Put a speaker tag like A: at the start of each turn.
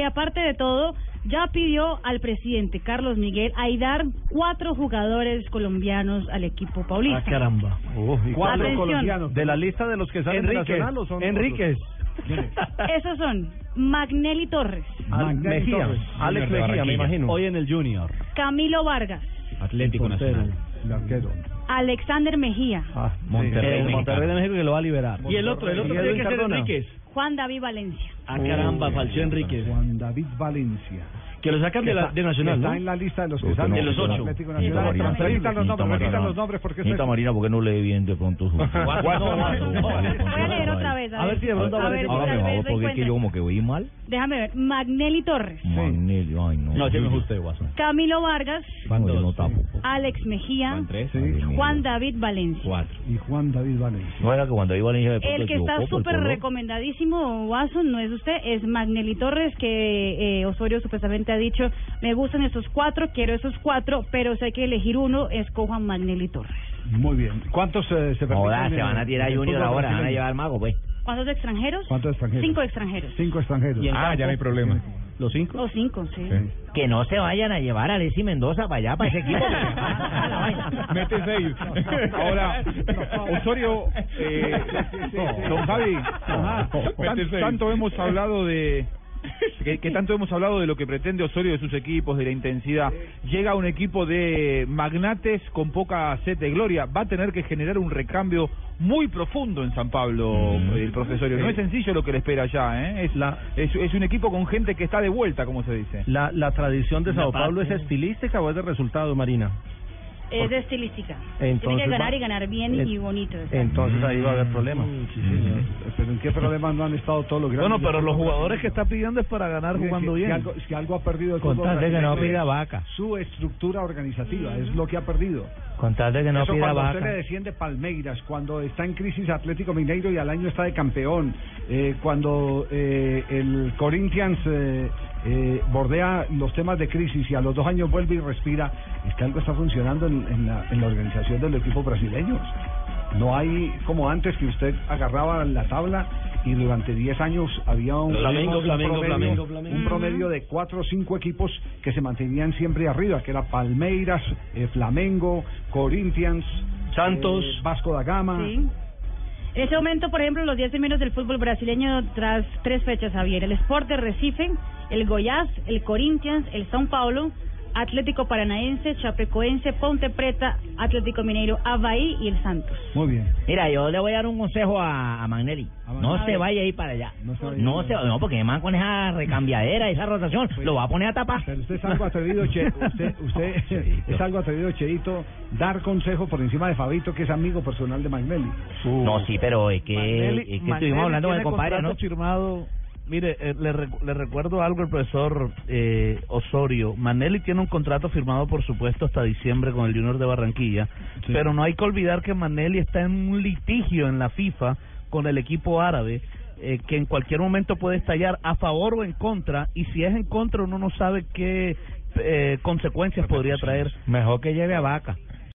A: Y aparte de todo, ya pidió al presidente Carlos Miguel aidar cuatro jugadores colombianos al equipo paulista.
B: Ah, caramba. Oh, y
A: Cuatro Atención. colombianos.
B: ¿De la lista de los que salen de
C: Enríquez,
B: Nacional o son
C: Enríquez.
A: Esos son Magnelli Torres,
B: otros? Mejía. Alex Mejía, me imagino. Hoy en el Junior.
A: Camilo Vargas,
D: Atlético Nacional.
A: Alexander Mejía,
B: Ah,
D: Monterrey,
B: sí.
D: me
B: Monterrey de México que lo va a liberar.
C: Y el otro, el otro tiene que ser Enríquez.
A: Juan David Valencia.
C: Ah, caramba, falció Enríquez.
E: Juan David Valencia.
C: Que lo sacan de, la, de Nacional,
E: Está en
C: ¿no?
E: la lista de los
D: Uy,
E: que salen
C: de los ocho.
E: Atlético
A: Nita
E: Nacional.
A: Marina,
E: Repitan los nombres, repitan los nombres porque esto
D: Nita
E: es-
D: Marina, ¿por qué no lee bien de pronto? su-
C: Guardo,
D: No,
C: guardo,
D: no,
C: guardo.
D: no,
A: Voy a leer
D: no,
A: otra
D: no.
A: vez. A
B: A
A: ver,
B: ver si de pronto
A: a ver,
B: aparece.
A: tal
D: Hágame
A: vez
D: favor,
A: lo
D: porque es que yo
A: encuentran.
D: como que oí mal.
A: Déjame ver. Magnelli Torres,
D: Magnelio, ay, no.
C: No, yo me gusta igual.
A: Camilo Vargas,
D: No, yo no tapo.
A: Alex Mejía,
D: tres.
A: Juan David Valencia.
D: Cuatro.
E: Y Juan David Valencia.
D: No era que cuando iba a la hija de pronto
A: El que
D: equivocó
A: está
D: por
A: súper
D: color.
A: recomendadísimo, Watson, no es usted, es Magnelli Torres, que eh, Osorio supuestamente ha dicho, me gustan esos cuatro, quiero esos cuatro, pero si hay que elegir uno, escojo a Magnelli Torres.
E: Muy bien. ¿Cuántos eh, se permiten?
D: Joda,
E: en
D: se
E: el-
D: van a
E: en
D: tirar
E: el
D: Junior
E: fútbol
D: ahora, van a
E: brasileño?
D: llevar al mago, pues.
A: ¿Cuántos extranjeros?
E: ¿Cuántos extranjeros?
A: Cinco extranjeros.
E: Cinco extranjeros.
C: Ah, ya no hay problema. ¿Los cinco?
A: O cinco, sí.
D: Que no se vayan a llevar a Alessi Mendoza para allá, para ese equipo.
C: Mete seis.
F: Ahora, Osorio, eh, don Javi,
D: No,
F: tan-
C: mete seis.
F: tanto hemos hablado de que, que tanto hemos hablado de lo que pretende Osorio de sus equipos, de la intensidad. Llega un equipo de magnates con poca sed de gloria. Va a tener que generar un recambio muy profundo en San Pablo,
E: Mm.
F: el profesorio. No es sencillo lo que le espera allá, ¿eh? Es,
B: La-
F: es, es un equipo con gente que está de vuelta, como se dice.
B: La, la tradición de
C: Una
B: Sao Paulo es
C: parte.
B: estilística o es de resultado, Marina.
A: Es de estilística. Tiene
B: Entonces
A: que ganar
B: va-
A: y ganar bien
B: en-
A: y bonito. o sea.
B: Entonces ahí va a haber problema.
E: Sí, señor. Pero en qué problema no han estado todos los grandes.
B: Bueno, pero los jugadores que está pidiendo es para ganar
E: Mire,
B: jugando
E: que- que
B: bien.
E: algo- si algo ha perdido el
D: Con
E: fútbol
D: tal de que no
E: brasileño
D: pida
E: es
D: vaca.
E: Su estructura organizativa es lo que ha perdido.
D: Con tal de que
E: Eso cuando usted le defiende Palmeiras, cuando está en crisis Atlético Mineiro y al año está de campeón, eh, cuando eh, el Corinthians eh, eh, bordea los temas de crisis y a los dos años vuelve y respira, es que algo está funcionando en, en la, en la organización de los equipos brasileños. No hay como antes que usted agarraba la tabla y durante 10 años había un,
C: Flamengo,
E: un
C: Flamengo,
E: promedio,
C: Flamengo, Flamengo.
E: un promedio de cuatro o cinco equipos que se mantenían siempre arriba, que era Palmeiras, eh, Flamengo, Corinthians,
C: Santos.
E: eh, Vasco da Gama.
A: Sí. En este momento, por ejemplo, los 10 primeros del fútbol brasileño tras tres fechas, Javier. El Sport de Recife, el Goiás, el Corinthians, el São Paulo, Atlético Paranaense, Chapecoense, Ponte Preta, Atlético Mineiro, Avaí y el Santos.
E: Muy bien.
D: Mira, yo le voy a dar un consejo a, a Magnelli.
E: A Magnelli.
D: No se vaya a ir para allá.
E: No se vaya a ir
D: No,
E: para
D: se, no porque además con esa recambiadera, esa rotación,
E: Pues-
D: lo va a poner a tapar.
E: Pero usted es algo atrevido, Che. Usted, usted
D: Cheito.
E: es algo atrevido, Cheito, dar consejo por encima de Fabito, que es amigo personal de Magnelli.
D: No, sí, pero es que,
G: Eh,
D: es que estuvimos hablando con el compadre, ¿no?
G: firmado. Mire, eh, le, recu- le recuerdo algo al profesor eh, Osorio. Manelli tiene un contrato firmado, por supuesto, hasta diciembre con el Junior de Barranquilla. Pero no hay que olvidar que Manelli está en un litigio en la FIFA con el equipo árabe eh, que en cualquier momento puede estallar a favor o en contra. Y si es en contra, uno no sabe qué eh, consecuencias podría traer.
D: Mejor que lleve a vaca.